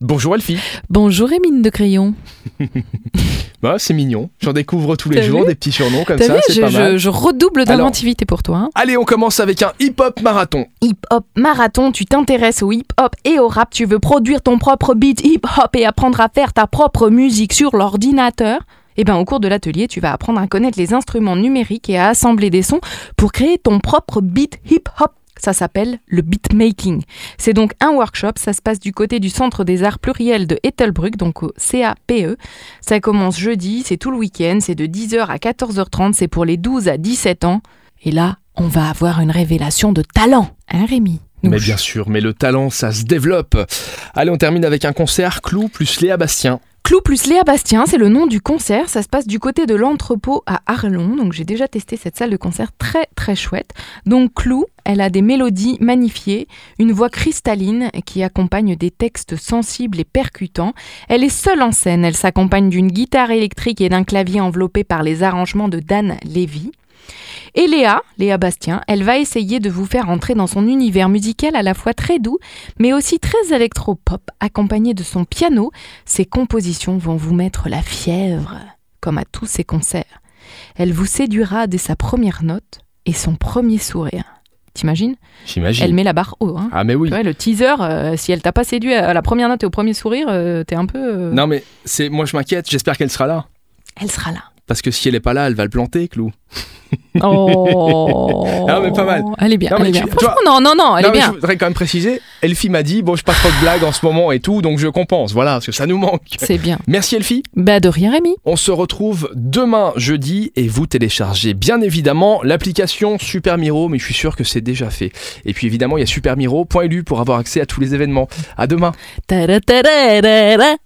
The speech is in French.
Bonjour Elfie. Bonjour Émine de Crayon. Bah, c'est mignon. J'en découvre tous les T'as jours vu des petits surnoms comme T'as ça, vu, c'est je, pas mal. je- je redouble Alors- d'inventivité pour toi. hein. Allez, on commence avec un hip-hop marathon. Hip-hop marathon, tu t'intéresses au hip-hop et au rap, tu veux produire ton propre beat hip-hop et apprendre à faire ta propre musique sur l'ordinateur Eh bien, au cours de l'atelier, tu vas apprendre à connaître les instruments numériques et à assembler des sons pour créer ton propre beat hip-hop. Ça s'appelle le beatmaking. C'est donc un workshop, ça se passe du côté du Centre des Arts Pluriels de Ettelbruck, donc au CAPE. E. Ça commence jeudi, c'est tout le week-end, c'est de 10h à 14h30, c'est pour les 12 à 17 ans. Et là, on va avoir une révélation de talent, hein Rémi Mais bien sûr, mais le talent, ça se développe. Allez, on termine avec un concert Clou plus Léa Bastien. Clou plus Léa Bastien, c'est le nom du concert. Ça se passe du côté de l'entrepôt à Arlon. Donc j'ai déjà testé cette salle de concert très très chouette. Donc Clou, elle a des mélodies magnifiées, une voix cristalline qui accompagne des textes sensibles et percutants. Elle est seule en scène. Elle s'accompagne d'une guitare électrique et d'un clavier enveloppé par les arrangements de Dan Levy. Et Léa, Léa Bastien, elle va essayer de vous faire entrer dans son univers musical à la fois très doux, mais aussi très électro-pop, accompagné de son piano ses compositions vont vous mettre la fièvre, comme à tous ses concerts. Elle vous séduira dès sa première note et son premier sourire. T'imagines Elle J'imagine. met la barre haut. hein. Ah mais oui. Tu vois, le teaser, euh, si elle t'a pas séduit à la première note et au premier sourire, euh, t'es un peu. euh, Non mais c'est moi je m'inquiète, j'espère qu'elle sera là. Elle sera là. Parce que si elle est pas là, elle va le planter, Clou. Oh Non, mais pas mal. Elle est bien, Non, mais elle est bien. tu- tu vois- Franchement, non, non, non, elle non, est mais bien. je voudrais quand même préciser, Elfie m'a dit, bon, je pas trop de blagues en ce moment et tout, donc je compense. Voilà, parce que ça nous manque. C'est bien. Merci Elfie. Bah de rien Rémi. On se retrouve demain jeudi et vous téléchargez bien évidemment l'application Super Miro, mais je suis sûr que c'est déjà fait. Et puis évidemment, il y a supermiro.lu pour avoir accès à tous les événements. À demain. Taratarara.